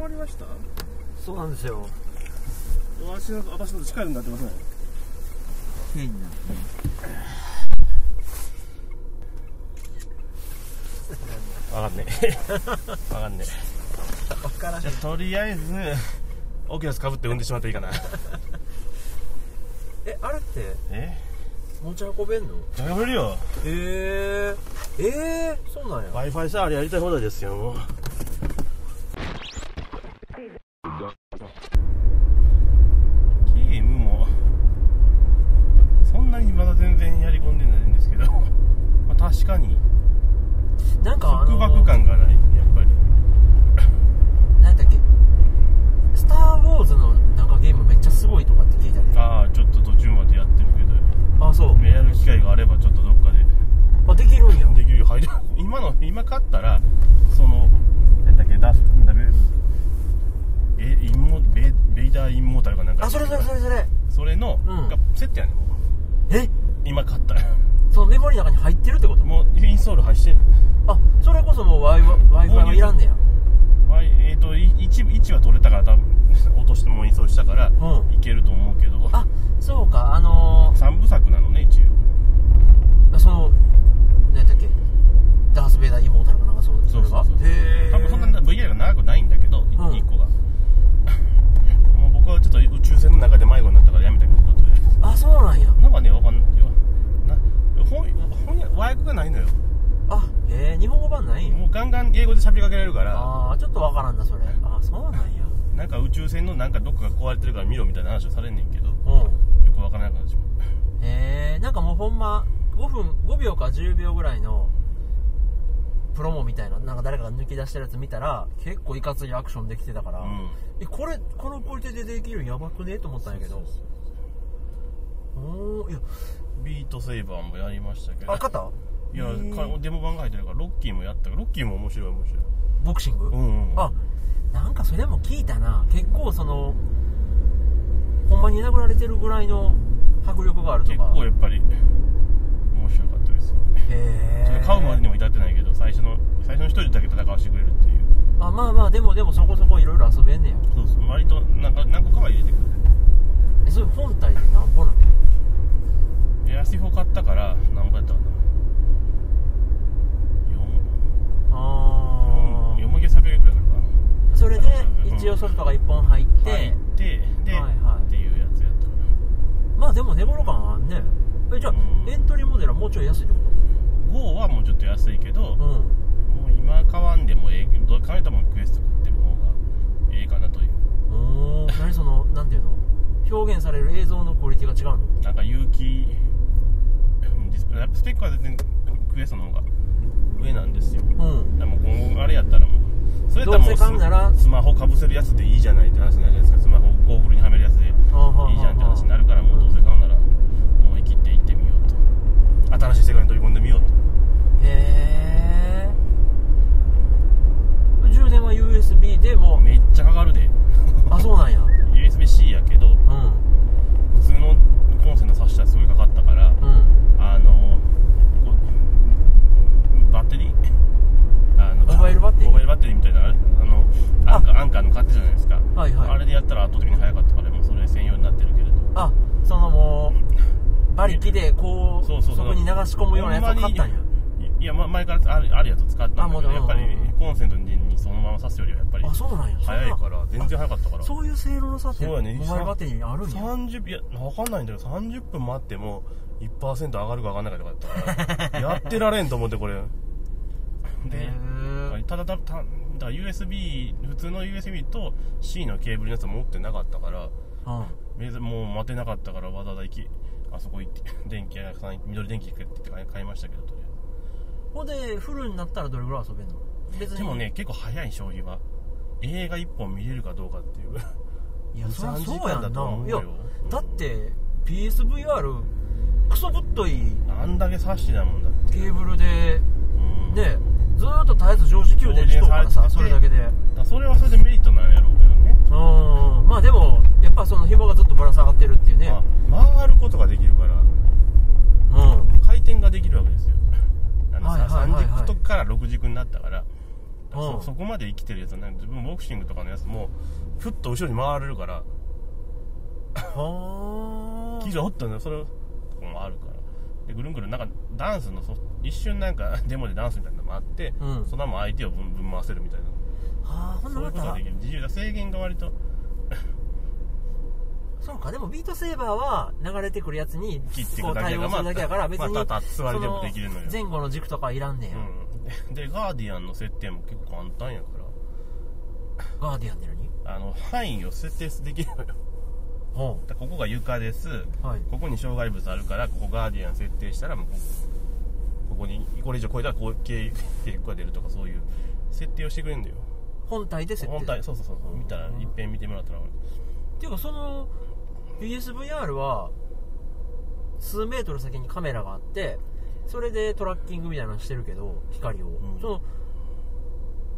まりましたそうなんですよ私の私の近いのになってません変な分かんねえ分かんねえ分からじゃあとりあえずオキュラスかぶって産んでしまっていいかなえあれってえ持ち運べんのじゃあやめるよええー、えー、そうなんや w i f i さあれやりたい放題ですよもうゲームもそんなにまだ全然やり込んでないんですけど、まあ、確かになんかあ束の縛感がないやっぱりなんだっけ「スター・ウォーズ」のなんかゲームめっちゃすごいとかって聞いたねああちょっと途中までやってるけどあそうやる機会があればちょっとどっかであできるんやできるよ入る今の今買ったらそのなんだっけダスなんだべえインモベベイダーインモータルかなんかあそれそれそれそれそれの、うんがセットやねんもうえ今買ったらそのメモリの中に入ってるってこともうインストール発してあそれこそもう w i f i はいらんねやわいえっ、とい一一は取れたから多分落としてもうインストールしたから、うんいけると思うけどあそうかあの三部作なのね一応ー、その何やったっけダース・ベイダー・イモータルかなんかそうそうそうそうれがへえ多分そんな VI が長くないんだけど、一うん1個がもう僕はちょっと宇宙船の中で迷子になったからやめたけどとりあえずあそうなんやなんかね、わかんないよ。な本本や和訳がないのよ。あへえ日本語版ないんやもうガンガン英語で喋りかけられるから、ああちょっとわからんなそれあそうなんやなんか宇宙船のなんかどっかが壊れてるから見ろみたいな話をされんねんけど、ようんくわからなくなってしまう。へえなんかもうほんま5分5秒か10秒ぐらいのプロモみたいななんか誰かが抜き出してるやつ見たら結構いかついアクションできてたから、うんえこれこのクオリティでできるんやばくねと思ったんやけどおおーいやビートセイバーもやりましたけど。あ勝ったいや、かデモ版が入ってるから、ロッキーもやったから、ロッキーも面白い面白い。ボクシング、うん、うん。あなんかそれも聞いたな結構そのほんまに殴られてるぐらいの迫力があると結か構やっぱり、面白かったですよね。へえ買うまでにも至ってないけど、最初の、最初の一人だけ戦わせてくれるっていう。あまあまあでもでもそこそこいろいろ遊べんねやそうそう、割と、なんか、何個かは入れてくれて。えそれ本体でなんぼなんエアシフォ買ったから何個やったかなあ 4? 4もげ300円くらいかかそれで一応ソフトが1本入っるて、か入ってで、はいはいっていうやつやったからまあでも寝頃感はあんねえじゃあうんエントリーモデルはもうちょい安いってこ5はもうちょっと安いけど、ともう今買わんでもええどう買えたもんクエスト買ってる方がええかなといううんおー何そのなんていうの表現される映像のクオリティが違うのなんか有機うんディスプレイやっぱスペックは全然クエストの方が上なんですようんでもう今後あれやったらもうそれやったらもどううせ買うならススマホかぶせるやつでいいじゃないって話になるじゃないですかスマホをゴーグルにはめるやつであはあはあいいじゃんって話になるからもうどうせ買うなら思い切って行ってみようと新しい世界に取り込んでみようとへえ充電は USB でもめっちゃかかるであそうなんや USB-C やけどうん普通のコンセント挿したらすごいかかったからうんあのこうバッテリーあのモバイルバッテリーモバイルバッテリーみたいなあれあのあアンカーアンカーの買ってたじゃないですかはいはいあれでやったら圧倒的に速かったからもうそれ専用になってるけれどあそのもう馬力でこうそうそうそうそこに流し込むようなやつを買ったんやいいや、ま、前からあるあるやつを使ったんだあもけうどやっぱりうんコンセントににそのまま挿すよりはやっぱりあそうなんや早いから全然早かったからそういう性能の差ってそうモやバイねルバッテリーにあるんや30いや分かんないんだけど30分待っても1%上がるか上がんないかとかだったから やってられんと思ってこれへでーただたただから USB 普通の USB と C のケーブルのやつ持ってなかったからうんめずもう待てなかったからわざわざ行きあそこ行って 電気屋さん緑電気行くって買い買いましたけどとりあえずほんでフルになったらどれぐらい遊べんの別にでもね結構早い消費は映画1本見れるかどうかっていう いや2そりゃ3そうや時間だんとな思ういよやだって PSVR クソぶっといあんだけ刺してたもんだってケーブルでうんねずーっと絶えず常時給電しとうからさそ常れ時さだけれててでうだからそれはそれでメリットなんやろうけどねーんまあでもやっぱその紐がずっとぶら下がってるっていうねまあ回ることができるからうんは回転ができるわけですよあのさ、はいはいはいはい3軸とから6軸になったからから、うんそそこまで生きてるやつはね自分ボクシングとかのやつもふっと後ろに回れるからはあ記事おったんだよそれとかもあるからでぐるんぐるんなんかダンスのそ一瞬なんか デモでダンスみたいなのもあって、うんそんなもん相手をぶんぶん回せるみたいなはあほんそなういうまことがたできる自由だ制限が割とそうかでもビートセーバーは流れてくるやつに切っていこくうだけ対が応すまあるだけやから別にまあたた座りでもできるのよそ前後の軸とかはいらんねや、うんでガーディアンの設定も結構簡単やかガーディアンでのにらあの範囲を設定できるのよほだからここが床ですうはいここに障害物あるからここガーディアン設定したらもうこここにこれ以上超えたらこう警告が出るとかそういう設定をしてくれるんだよ本体で設定本体そうそうそうそう見たらうんいっぺん見てもらったらっていうかその PSVR は数メートル先にカメラがあってそれでトラッキングみたいなのしてるけど光を、うんその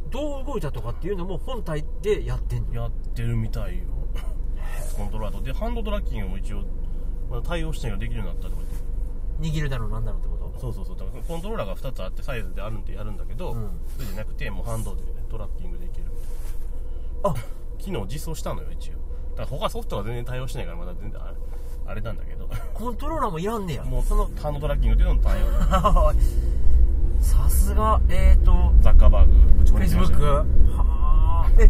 どう動いたとかっていうのも本体でやってんのやってるみ たいよコントローラーとでハンドトラッキングも一応、まあ、対応してんができるようになったとか言って握るだろうなんだろうってことそうそうそうだからコントローラーが2つあってサイズであるんでやるんだけど、うんそれじゃなくてもうハンドでトラッキングできるあ機能を実装したのよ一応だから他ソフトは全然対応してないからまだ全然あれあれなんだけど コントローラーもいらんねやもうそのハンドトラッキングっていうのの対応ださすがえっ、ー、とザッカーバーグぶち込ん Facebook できましたよはあえ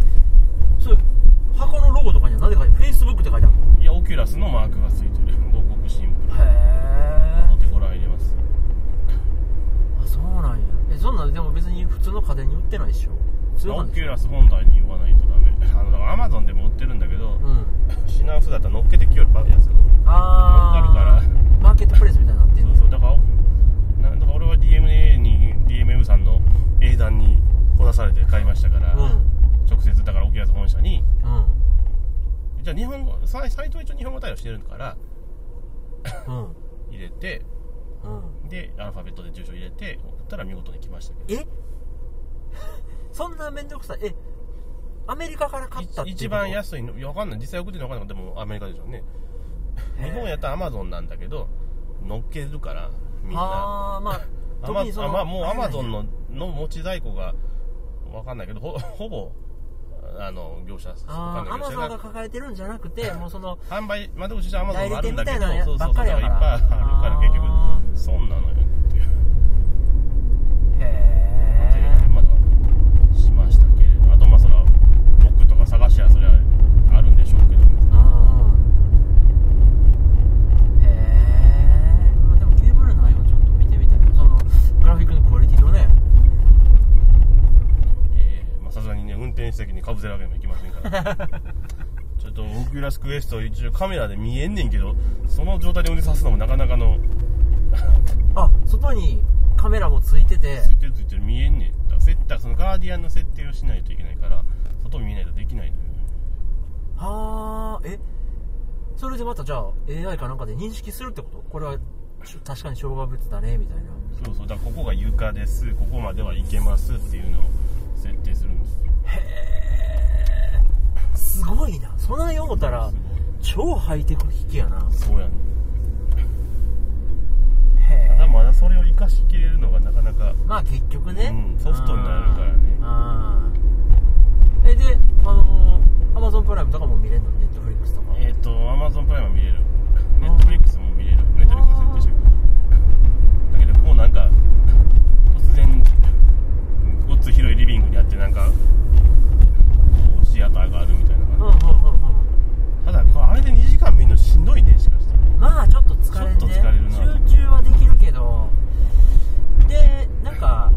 それ箱のロゴとかには何で書いて Facebook って書いてあるいやオキュラスのマークがついてるごくごくシンプルのへ後でご覧入れますよあそうなんやえそんなんでも別に普通の家電に売ってないでしょ通オ販キでュラス本体に言わないとダメあのだからアマゾンでも売ってるんだけど、うん品薄だったら乗っけてきよるやつあわかるあマーケットプレイスみたいになってんそうそねやうだからなんだか俺は DMA に DMM さんの英断にこだされて買いましたから、うん直接だからオキュラス本社にうじゃあ日本語サイサイトは一応日本語対応してるからんうん入れてうんでアルファベットで住所入れて送ったら見事に来ましたけどえ そんな面倒くさいえアメリカから買ったっていいうこと一番安いのいやわかんない実際送ってるのわかんないでもアメリカでしょうね日本やったらアマゾンなんだけど乗っけるからみんなああまあアマ特にそのあまあもうアマゾンあのの持ち在庫がわかんないけどほほぼあの業者わかんなあいア業マ者ゾンが抱えてるんじゃなくてもうその販売窓口してアマゾンがあるんだけど代理店みたいなそうそうばっかりやからだからいっぱいあるからあ結局損なのよねっていうへっていうえまだしましたけれどあとまあそれは僕とか探しやそれはあるんでしょうけどうんうんへえまあでもケーブルの内容ちょっと見てみたいそのグラフィックのクオリティのねえーまあさすがにね運転手席にかぶせるわけにもいきませんからちょっとオキュラスクエスト一応カメラで見えんねんけどその状態で運転さすのもなかなかのあ外にカメラもついててついてるついてる見えんねんだから設定そのガーディアンの設定をしないといけないから外見えないとできないのよはあえそれでまたじゃあ AI かなんかで認識するってことこれはちょ確かに障害物だねみたいなそうそうだからここが床ですここまでは行けますっていうのを設定するんですよすごいなそない思ったらす超ハイテク機器やなごいそうやねへただえまだそれを生かしきれるのがなかなかまあ結局ね、うんソフトになるからねあーあーえであのー、Amazon プライムとかも見れるの Netflix とかえっ、と Amazon プライムは見れるあー Netflix も見れる Netflix 設定してるだけどこうなんか突然ごっつ広いリビングにあってなんかこうシアターがあるみたいなうん感うんうんうんじただこれあれで2時間見るのしんどいねしかしてまあちょっと疲れるねちょっと疲れるな集中はできるけどでなんか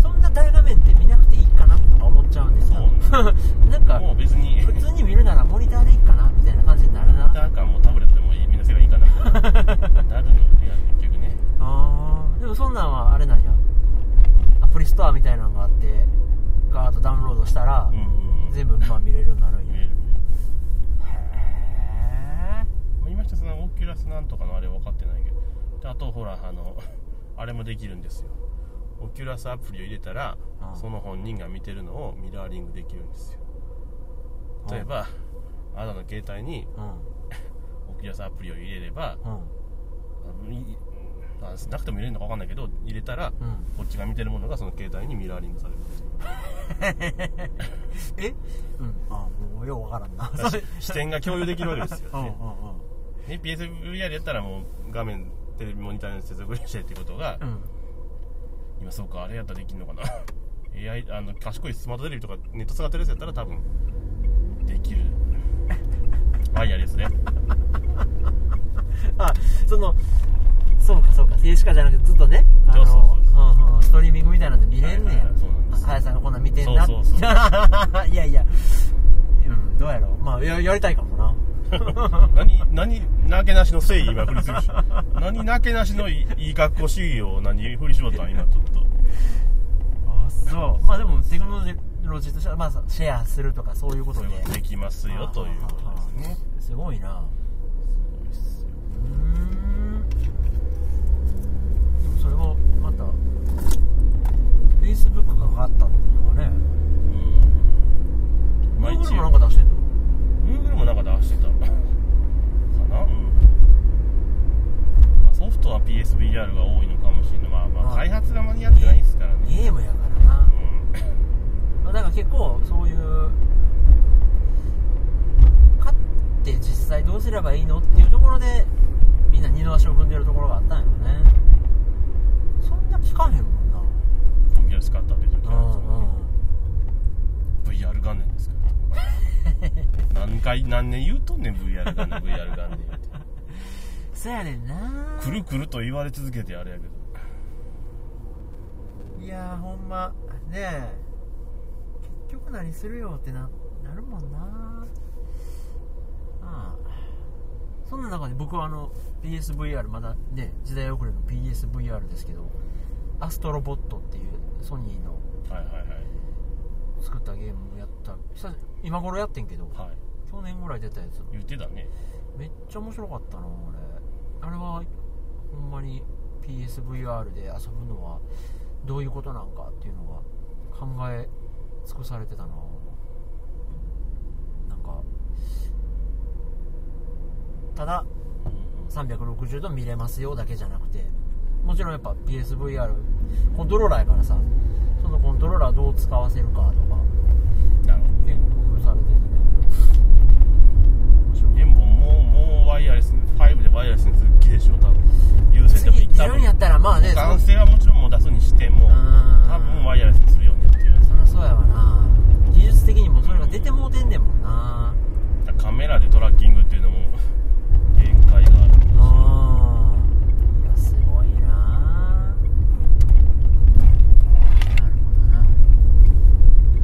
そんな大画面って見なくていいかなとか思っちゃうんですよ なんかもう別に普通に見るならモニターでいいかなみたいな感じになるモニタなーかもうタブレットでもいい見なせばいいかなみ たいななるのよね結局ねあーでもそんなんはあれなんやアプリストアみたいなのがあってガーッとダウンロードしたらうん、うん、全部まあ見れるようになるん見やれる見れるへまあ今したそのオキュラスなんとかのあれ分かってないけどであとほらあのあれもできるんですよオキュラスアプリを入れたら、うんその本人が見てるのをミラーリングできるんですようん例えば、あなたの携帯にえうんオキュラスアプリを入れれば、うんいまあ、なくても入れるのか分かんないけど入れたら、うん こっちが見てるものがその携帯にミラーリングされるえうんあもうようわからんなだから視点が共有できるわけですよ、うんうんうねんね、PSVR やったらもう画面テレビモニターに接続してってことが、うん今そうかあれやったらできんのかな AI あの賢いスマートテレビとかネット使ってるやつやったら多分できるワイヤレ スであそのそうかそうか静止画じゃなくてずっとねあそのうそうそうんうんストリーミングみたいなんで見れんねはいはいやはいそうなんですあやさんがこんなん見てんなそうそう いやいやうんどうやろうまあややりたいかもな何何なけなしの誠意今振りすぎし何なけなしのいいいい格好主義を何振り絞ったん今ちょっとあそうまあでもテクノロジーとしては、まあ、シェアするとかそういうことそうでいうことできますよということですねすごいなそうですようーんでもそれもまた Facebook が上がったっていうのはねうんまあ一 Google も応なんか出してんの Google もなんか出してたかな、うんまあソフトは PSVR が多いのかもしれない、まあ、まはあい開発が間に合ってないですからね、ゲームやからなうんまあ、だから結構そういう勝って実際どうすればいいのっていうところでみんな二の足を踏んでるところがあったんやろねそんな聞かへんもんな VR 使ったって時は、VR 元年ですから何回何年言うとんねん VR 元年 VR 元年言うてそやねんなくるくると言われ続けてあれやけどいやーほんまねえ結局何するよってななるもんなああそんな中で僕はあの PSVR まだね時代遅れの PSVR ですけどアストロボットっていうソニーのはいはいはい作ったゲームをやった久々今頃やってんけどはい去年ぐらい出たやつ言ってたねめっちゃ面白かったなあれあれはほんまに PSVR で遊ぶのはどういうことなんかっていうのが考え尽くされてたななんかただ360度見れますよだけじゃなくてもちろんやっぱ PSVR コントローラーやからさそのコントローラーどう使わせるかとかなるほど結ね構工夫されててね面白いでももうもうワイヤレス5でワイヤレスにする気でしょ多分優先でも次出るんやったらまあねそ男性はもちろんもう出すにしてもん多分ワイヤレスにするよねっていうやつそりゃそうやわな技術的にもそれが出てもうてんねんもんなだからカメラでトラッキングっていうのも限界があるあーいやすごいななるほどな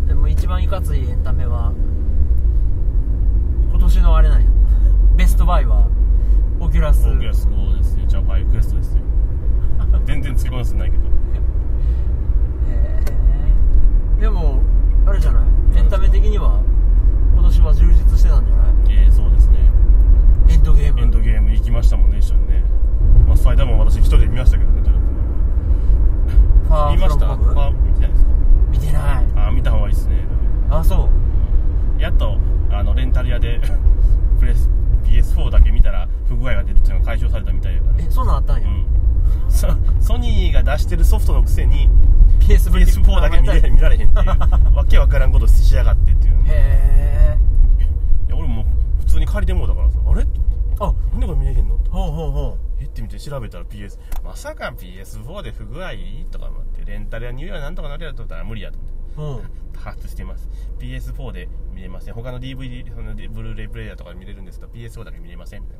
でも一番いかついエンタメは今年のあれなんやベストバイはオキュラスオーキュラス5ですよじゃあバイクエストですよ全然つけこなせないけどへえでもあれじゃないエンタメ的には今年は充実してたんじゃないえー、そうですねエンドゲームエンドゲーム行きましたもんね一緒にね、まあ、スパイダーマン私一人で見ましたけどねとりあファーえず見ましたフロムホームまあ見てないですか見てないああ見た方がいいですねあそうやっとあのレンタル屋で プレス PS4 だけ見たら不具合が出るっていうのが解消されたみたいやからえそんなんあったんや、うんソソニーが出してるソフトのくせに PSV PS4 だけ見ら れ見られへんっていうわけわからんことしやがってっていういへえや俺もう普通に借りてもうだからさあれあほなんでこれ見れへんのうほうほえって見て調べたら PS まさか PS4 で不具合とか思ってレンタルや入れはなんとかなるやろと思ったら無理やと思ってううん多発してます PS4 で見れません他の DVD そのブルーレイプレイヤーとかで見れるんですけど PS4 だけ見れませんみたい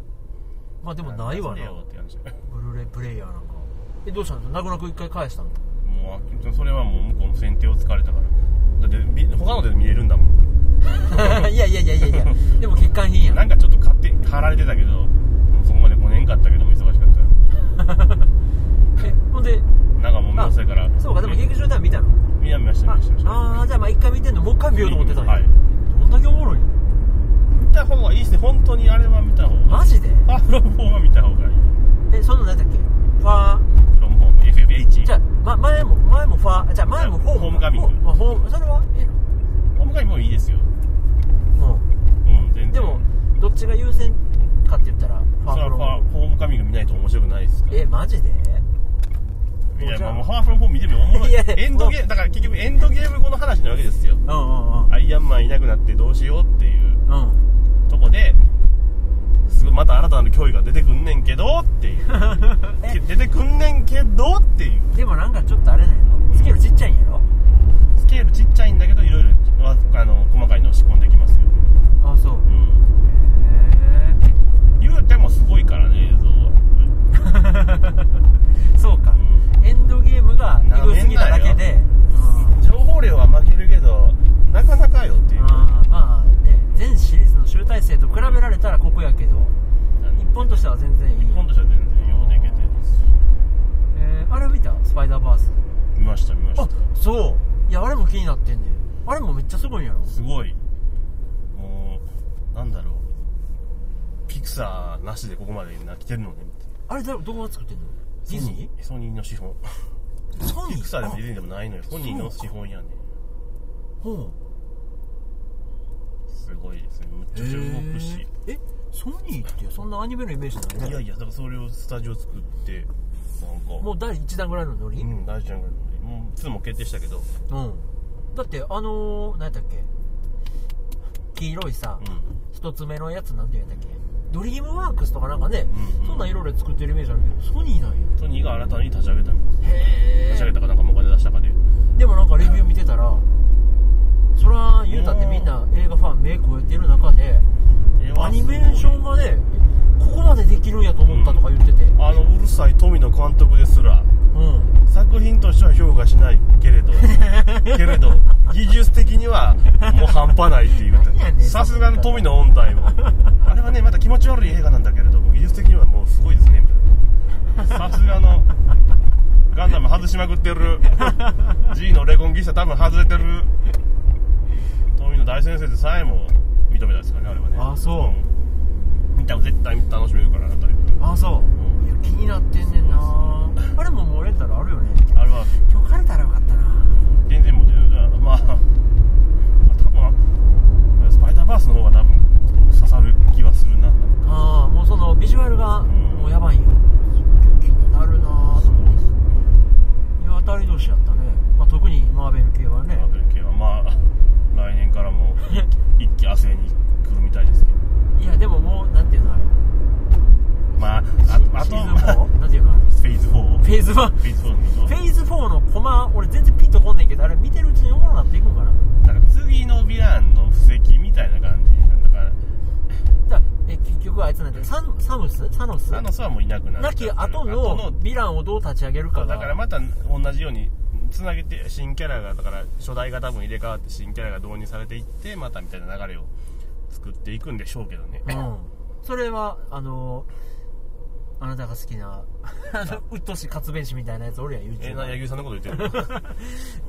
まあでもなないわんなでよって話ブルーレイプレイヤーなんかえどうしたのなくなく一回返したのもうそれはもう向こうの先手をつかれたからだってみ他ので見れるんだもん いやいやいやいやいやでも欠陥品やんなんかちょっと買って貼られてたけどもうそこまで5年かったけども忙しかったえほんでなんかもう面倒いからそうかでも劇場では見たの見ました見あました見ましたあーじゃあまあ一回見てんのもう一回見ようと思ってたんや、はいどんだけおもろいの見た方がいいですね本当にあれは見た方がいいマジでパーフロムホームは見た方がいいえそんなん何だったっけファーフロムホーム FFH じゃあ、ま、前も前もファーじゃあ前もホームホームカミングホームあホームそれはえホームカミングもいいですよえのうんうん全然でもどっちが優先かって言ったらフそれはフロムァーホームカミング見ないと面白くないですからえマジでいやじまゃああもうファーフロムホーム見てみようおもろい いやエンドゲームだから結局エンドゲーム後の話なわけですようんうんうんアイアンマンいなくなってどうしようっていううんとこですごいまた新たなる脅威が出てくんねんけどっていう え出てくんねんけどっていうでもなんかちょっとあれだよスケールちっちゃいんやろスケールちっちゃいんだけどいろいろわあの細かいのを仕込んできますよ、あそううん、へ言うてもすごいからね映像はえそうか、うエンドゲームがエグすぎただけでうん情報量は負けるけどなかなかよっていうあーまあね全シリーズの集大成と比べられたらここやけど一本としては全然いい今度じゃ全然ようできてますえーあれ見たスパイダーバース見ました見ましたそういやあれも気になってんねんあれもめっちゃすごいんやろすごいもうなんだろうピクサーなしでここまで来てるのねみたいなあれだどこが作ってんのディズニソニーの資本ーソニーピクサーでもあディズニーでもないのよソニーの資本やねほうすごいですねむっちゃ動くしえソニーってそんなアニメのイメージないいねやいやだからそれをスタジオ作ってなんかもう第1弾ぐらいのノリううん、ん大事じゃんぐらいのもう2も決定したけどだってあのー、何やったっけ黄色いさうん一、つ目のやつなんて言うんだっけドリームワークスとかなんかね、うんうんそんなんいろいろ作ってるイメージあるけどソニーなんやソニーが新たに立ち上げたみたいですへ立ち上えげたかなんかもうお金出したかででもなんかレビュー見てたらそら言うたってみんな映画ファン目超えてる中でアニメーションがねここまでできるんやと思ったとか言っててうん、あのうるさい富野監督ですら作品としては評価しないけ れどけれど技術的にはもう半端ないって言う何やねてんさすがの富野音体もあれはねまた気持ち悪い映画なんだけれども技術的にはもうすごいですねみたいなさすがのガンダム外しまくってる G のレコンギスタ多分外れてる富野大先生でさえも認めたですからねあれはねあそうん見たら絶対楽しめるからなというあそうういや気になってんねんなあれももうレンタルあるよねあれは今日借りたらよかったな全然もう全然まあ まあ多分スパイダーバースの方が多分刺さる気はするなああもうそのビジュアルがもうやばいんよ気になるなと思っていや当たり同士やったね、まあ、特にマーベル系はねマーベル系はまあ 来年からも一気亜生に来るみたいですけどいやでももうなんていうのあれまあああシと、ーズンまあ 4? なんていう のあ れフェーズ4フェーズ1フェーズ4のフェーズ4のコマ俺全然ピンとこんねんけどあれ見てるうちにおもろなっていくんかななんか次のヴィランの布石みたいな感じなんだからだからえ結局あいつなんてサムサムスサノスナノスはもういなくなっなちきゃってる後の後ヴィランをどう立ち上げるかだがからまた同じようにつなげて新キャラがだから初代が多分入れ替わって新キャラが導入されていってまたみたいな流れを作っていくんでしょうけどね、うん、それはあのあなたが好 きなあのうっとうしい活弁士みたいなやつ俺やんえな YouTube 柳生さんのこと言って る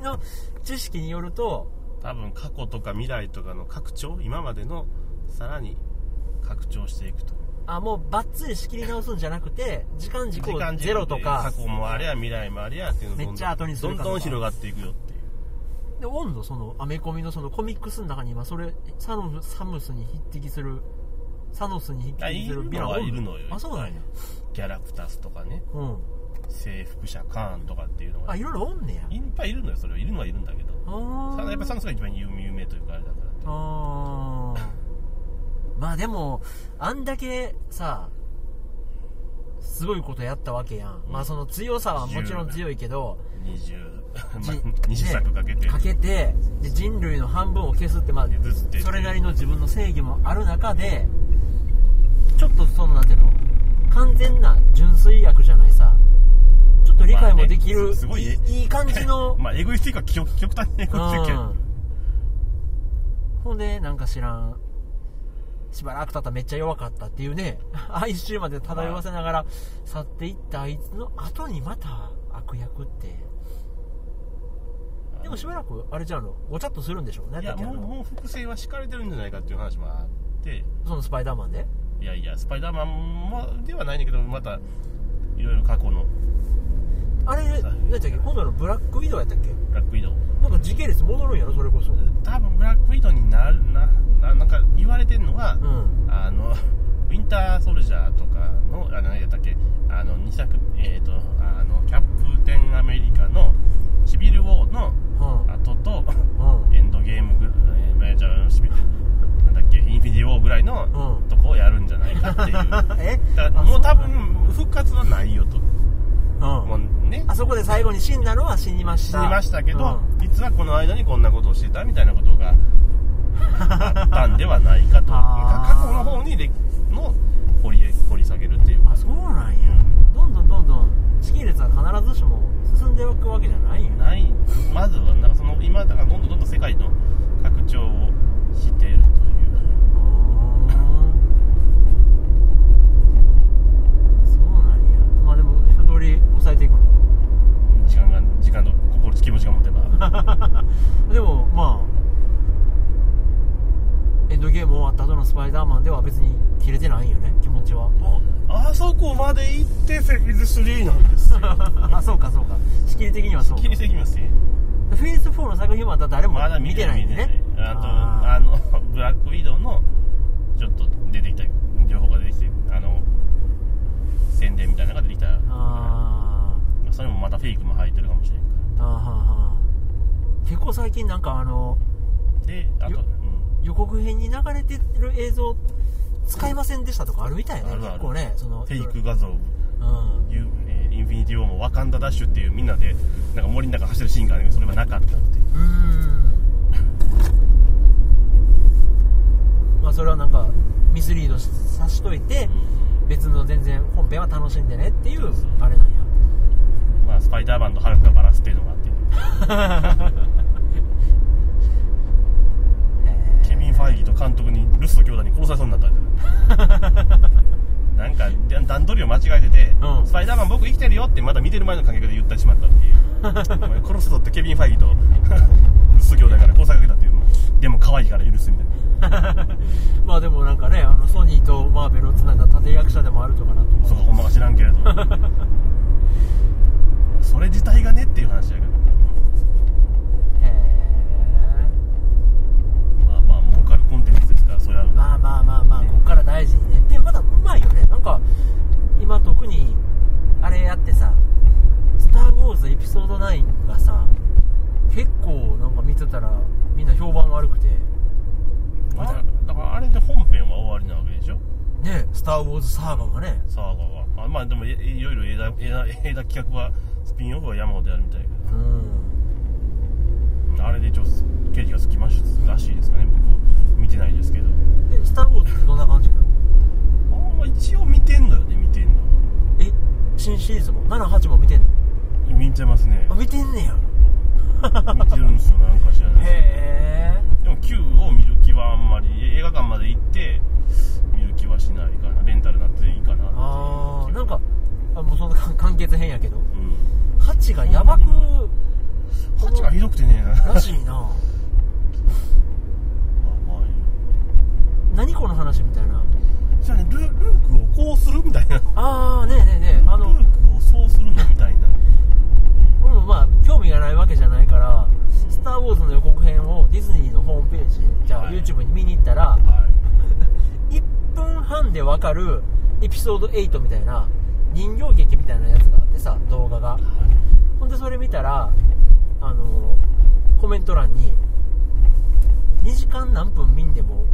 の知識によると多分過去とか未来とかの拡張今までのさらに拡張していくとあもうバッツリ仕切り直すんじゃなくて時間軸を軸でゼロとか過去もありゃ未来もありゃっていうのをどんどんめっちゃ後にするかとかどんどん広がっていくよっていうで温度そのアメコミのそのコミックスの中に今それサノサムスに匹敵するサノスに匹敵するヴィランあいるのはいおんいるのよあそうなんやキャラクタスとかねうん征服者カーンとかっていうのがあいろいろおんねやいっぱいいるのよそれはいるのはいるんだけどあただやっぱサーンスが一番有名というかあれだからあーまあでもあんだけさすごいことやったわけやん、まあその強さはもちろん強いけど じ20 20作かけてねかけてで人類の半分を消すって、まあ削って、それなりの自分の正義もある中でちょっとそのなんていうの完全な純粋悪じゃないさちょっと理解もできる、まあねすごいねいいい感じのまあエゴイスティックは極極端にエゴイスティックやうんほんでなんか知らんしばらく経ったらめっちゃ弱かったっていうね 哀愁まで漂わせながら去っていったあいつの後にまた悪役ってでもしばらくあれじゃあのごちゃっとするんでしょうねいやだってあもうのもう複製は敷かれてるんじゃないかっていう話もあってそのスパイダーマンでいやいやスパイダーマンもではないんだけどまたいろいろ過去のあれ何やったっけ今度のブラックウィドウやったっけブラックウィドウなんか時系列戻るんやろそれこそう多分ブラックウィドウになるなななんか言われてるのは、 んあのウィンターソルジャーとかのあの何やったっけあの2作えっ、とあのキャプテンアメリカのシビルウォーのうん後とうんエンドゲームぐえーまあじゃあシビルなんだっけインフィニティウォーぐらいのうんとこをやるんじゃないかって いうだかえらあもう多そな分復活はないよとのもうんうねあそこで最後に死んだのは死にまし死たにましたけど、うん実はこの間にこんなことをしてたみたいなことがあったんではないかと あー過去の方にでの掘り掘り下げるっていうあそうなんやどんどんどんどん時系列は必ずしも進んでいくわけじゃないんやないまずはなんかその今だからどんどんどんどん世界の拡張をしているというそうなんやまあでも一通り抑えていくの時間が時間の心気持ちが持てばでもまあエンドゲーム終わった後のスパイダーマンでは別に切れてないんよね気持ちはあそこまで行ってフェーズ3なんですよ あそうかそうか仕切り的にはそうか気にしてきますねフェイス4の作品はまだ誰もまだ見見ててなないいんでねねあとあの ブラックウィドウのちょっと出てきた情報が出てきてあの宣伝みたいなのが出てきたあーそれもまたフェイクも入ってるかもしれんかあーはんはん結構最近なんかあのらであとよ予告編に流れてる映像使いませんでしたとかあるみたいねあるある結構ねそうんのフェイク画像うんいうえーインフィニティ・ウォーもワカンダ・ダッシュっていうみんなでなんか森の中走るシーンがあるけどそれはなかったっていううーんまあそれはなんかミスリードしさしといて別の全然本編は楽しんでねっていうそうそうあれなんやまあスパイダーマンとハルクがバラすっていうのがあって ケビン・ファイギーと監督にルスト兄弟に殺されそうになったんじゃないなんか段取りを間違えてて、うんスパイダーマン僕生きてるよってまだ見てる前の観客で言ってしまったっていうお前殺すぞってケビン・ファイギーとルスト兄弟から殺されかけたっていうもうでも可愛いから許すみたいなまあでもなんかねあのソニーとマーベルをつながだ立役者でもあるとかなとそかこほんまか知らんけれどそれ自体がねっていう話やけどへえまあまあ儲かるコンテンツですからそれはまあまあまあまあ、ねここから大事にねでまだうまいよねなんか今特にあれやってさ「スター・ウォーズ」エピソード9がさ結構なんか見てたらみんな評判悪くてあだからあれで本編は終わりなわけでしょねスター・ウォーズ」サーガがねサーガはあまあでもいいろいろ映画映画映画企画はスピンオフは山ほどやるみたいやけうんどあれで一応ケージがつきましたらしいですかね僕見てないですけどで「スター・ウォーズ」ってどんな感じなのあんま一応見てんのよね見てんのえ新シリーズも78も見てんの見てます ねあ見てんねや見てるんですよなんか知らないですへえでも Q を見る気はあんまり映画館まで行って見る気はしないかなレンタルなっていいかなっていう気あはあなんかあもうその完完結編やけどうん8がやばく価値がひどくてねまあらしいなまあいいよ何この話みたいなじゃあねルルークをこうするみたいなああねえねえねえあのルークをそうするのみたいなうんまあ興味がないわけじゃないから「スター・ウォーズ」の予告編をディズニーのホームページじゃあはい YouTube に見に行ったらは1分半でわかるエピソード8みたいな人形劇みたいなやつがあってさ動画がいほんでそれ見たらあのコメント欄に2時間何分見んでも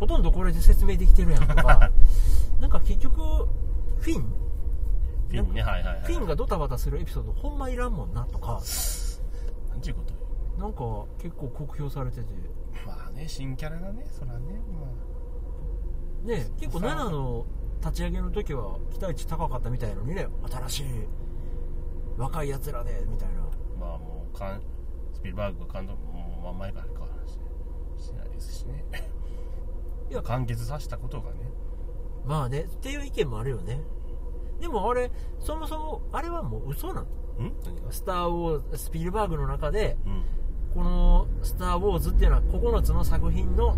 ほとんどこれで説明できてるやん とかなんか結局フィフンィンねはいはいはいフィンがドタバタするエピソードほんまいらんもんなとかなんちゅうことよなんか結構酷評されててまあね新キャラがねそらねね結構さあ7の立ち上げの時は期待値高かったみたいのにね新しい若いやつらでみたいなまあまあもうかんスピルバーグが監督もうまあ前から変わらししないですしねいや完結させたことがねまあねっていう意見もあるよねでもあれそもそもあれはもう嘘なのん何がスター・ウォーズスピルバーグの中でうんこの「スター・ウォーズ」っていうのは9つの作品の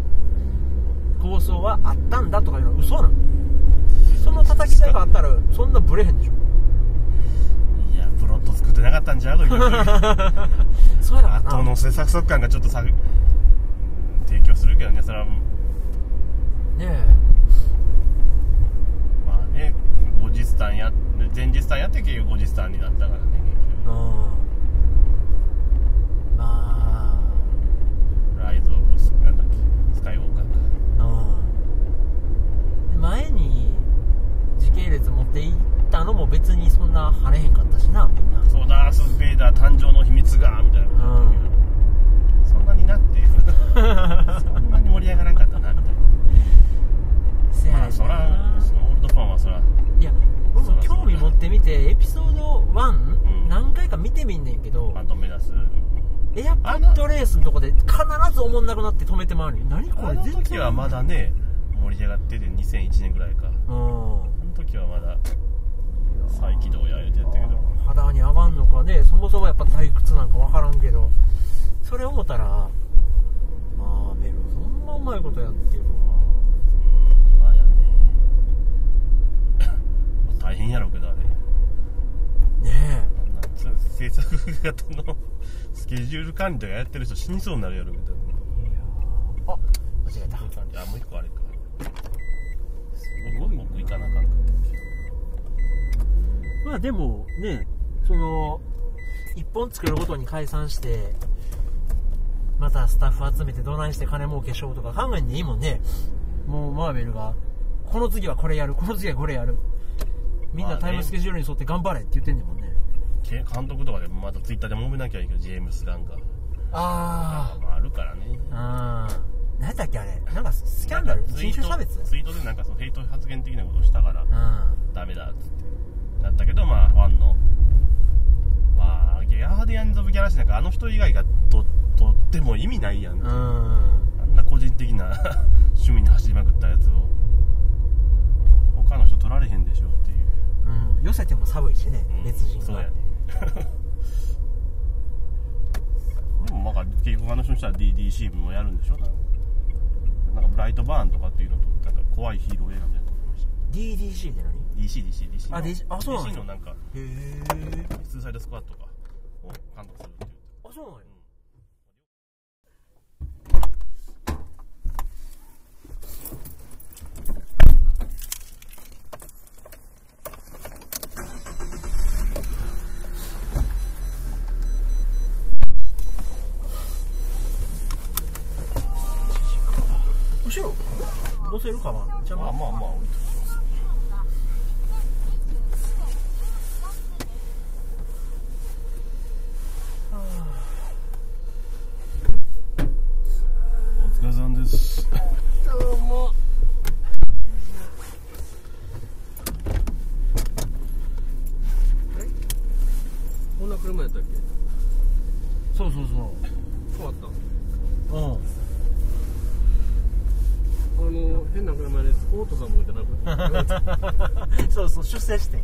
構想はあったんだとかいうのは嘘なのその叩き台があったらそんなブレへんでしょいやプロット作ってなかったんじゃうとか そうやろな後の制作速感がちょっとさ提供するけどねそれはもうねえね後日談や前日談やって結局後日談になったからね結局うんまライズ・オブスなんだっけスカイウォーカーかあうんで前に時系列持っていったのも別にそんな跳ねへんかったしなみんなそうダース・ベイダー誕生の秘密がみたいなこと言ってるけどそんなになって そんなに盛り上がらんかったなみたいせやなねんまなあそらそのオールドファンはそらいや僕も興味持ってみてエピソード1、うん何回か見てみんねんけどファントム目指すエアポットレースのとこで必ずおもんなくなって止めてまうのに何こあれの時はまだね盛り上がってて2001年ぐらいかうんあの時はまだ再起動やれてやったけど肌に上がんのかねそもそもやっぱ退屈なんか分からんけどそれ思ったらまあメルそんなうまいことやってるわうんまあやね 大変やろうけどあれねあんな制作型のスケジュール管理とかやってる人死にそうになるやろうけどえいやーあ間違えたあもう一個あれかすごい奥行かなあかんかまあでもねその一本作るごとに解散してまたスタッフ集めてどないして金儲けしようとか考えんでいいもんねもうマーベルがこの次はこれやるこの次はこれやるみんなタイムスケジュールに沿って頑張れって言ってんねんもんねけ監督とかでまたツイッターで揉めなきゃいいけどジェームス・ガンがあまああるからねあああ何やったっけあれなんかスキャンダルなんかツイ人ート種差別ツイートでなんかそのヘイト発言的なことをしたからうんあダメだっつってなったけどまあファンのまあガーディアンズ・オブ・ギャラシーなんかあの人以外がととっても意味ないやん、あうんんな個人的な 趣味に走りまくったやつを他の人取られへんでしょっていううん寄せても寒いしねうん別人がそうやねでもなんか結局あの人にしたら DDC もやるんでしょなんかなんかブライトバーンとかっていうのとなんか怖いヒーロー映画みたいなの撮りまし DDC って何へた DCDCDC あ DC あそうなんや DC のなんかえスーサイドスクワットとかを監督するっていうあそうなんや後ろ乗せるかな邪まあ魔まあまあ置いときますお疲れさんですこんな車やったっけそうそうそう変わったうんあの変な車でスポートさんもじゃなくてそうそう出世してん